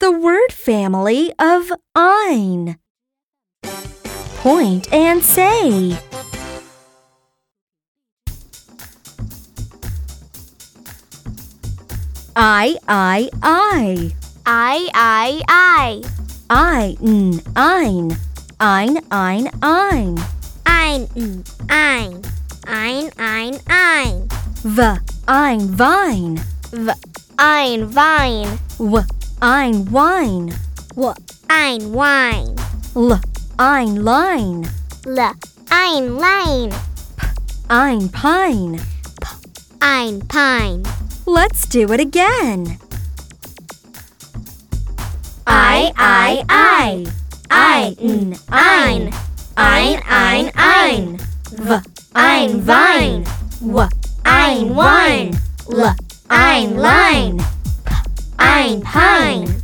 the word family of ein. Point and say. I, I, I. I, I, I. Ein, ein. Ein, ein, ein. Ein, ein. Ein, ein, ein. V, ein, wein. W, ein, Wein. W, ein, wine. W, ein, Wein. L, ein, line. L, ein, Lein. Ein, pine. Ein, Pine. Let's do it again. I, I, I. Ein, ein. Ein, ein, ein. V, ein, wein. W, ein, wine. L, ein, line. P, Ein, pine.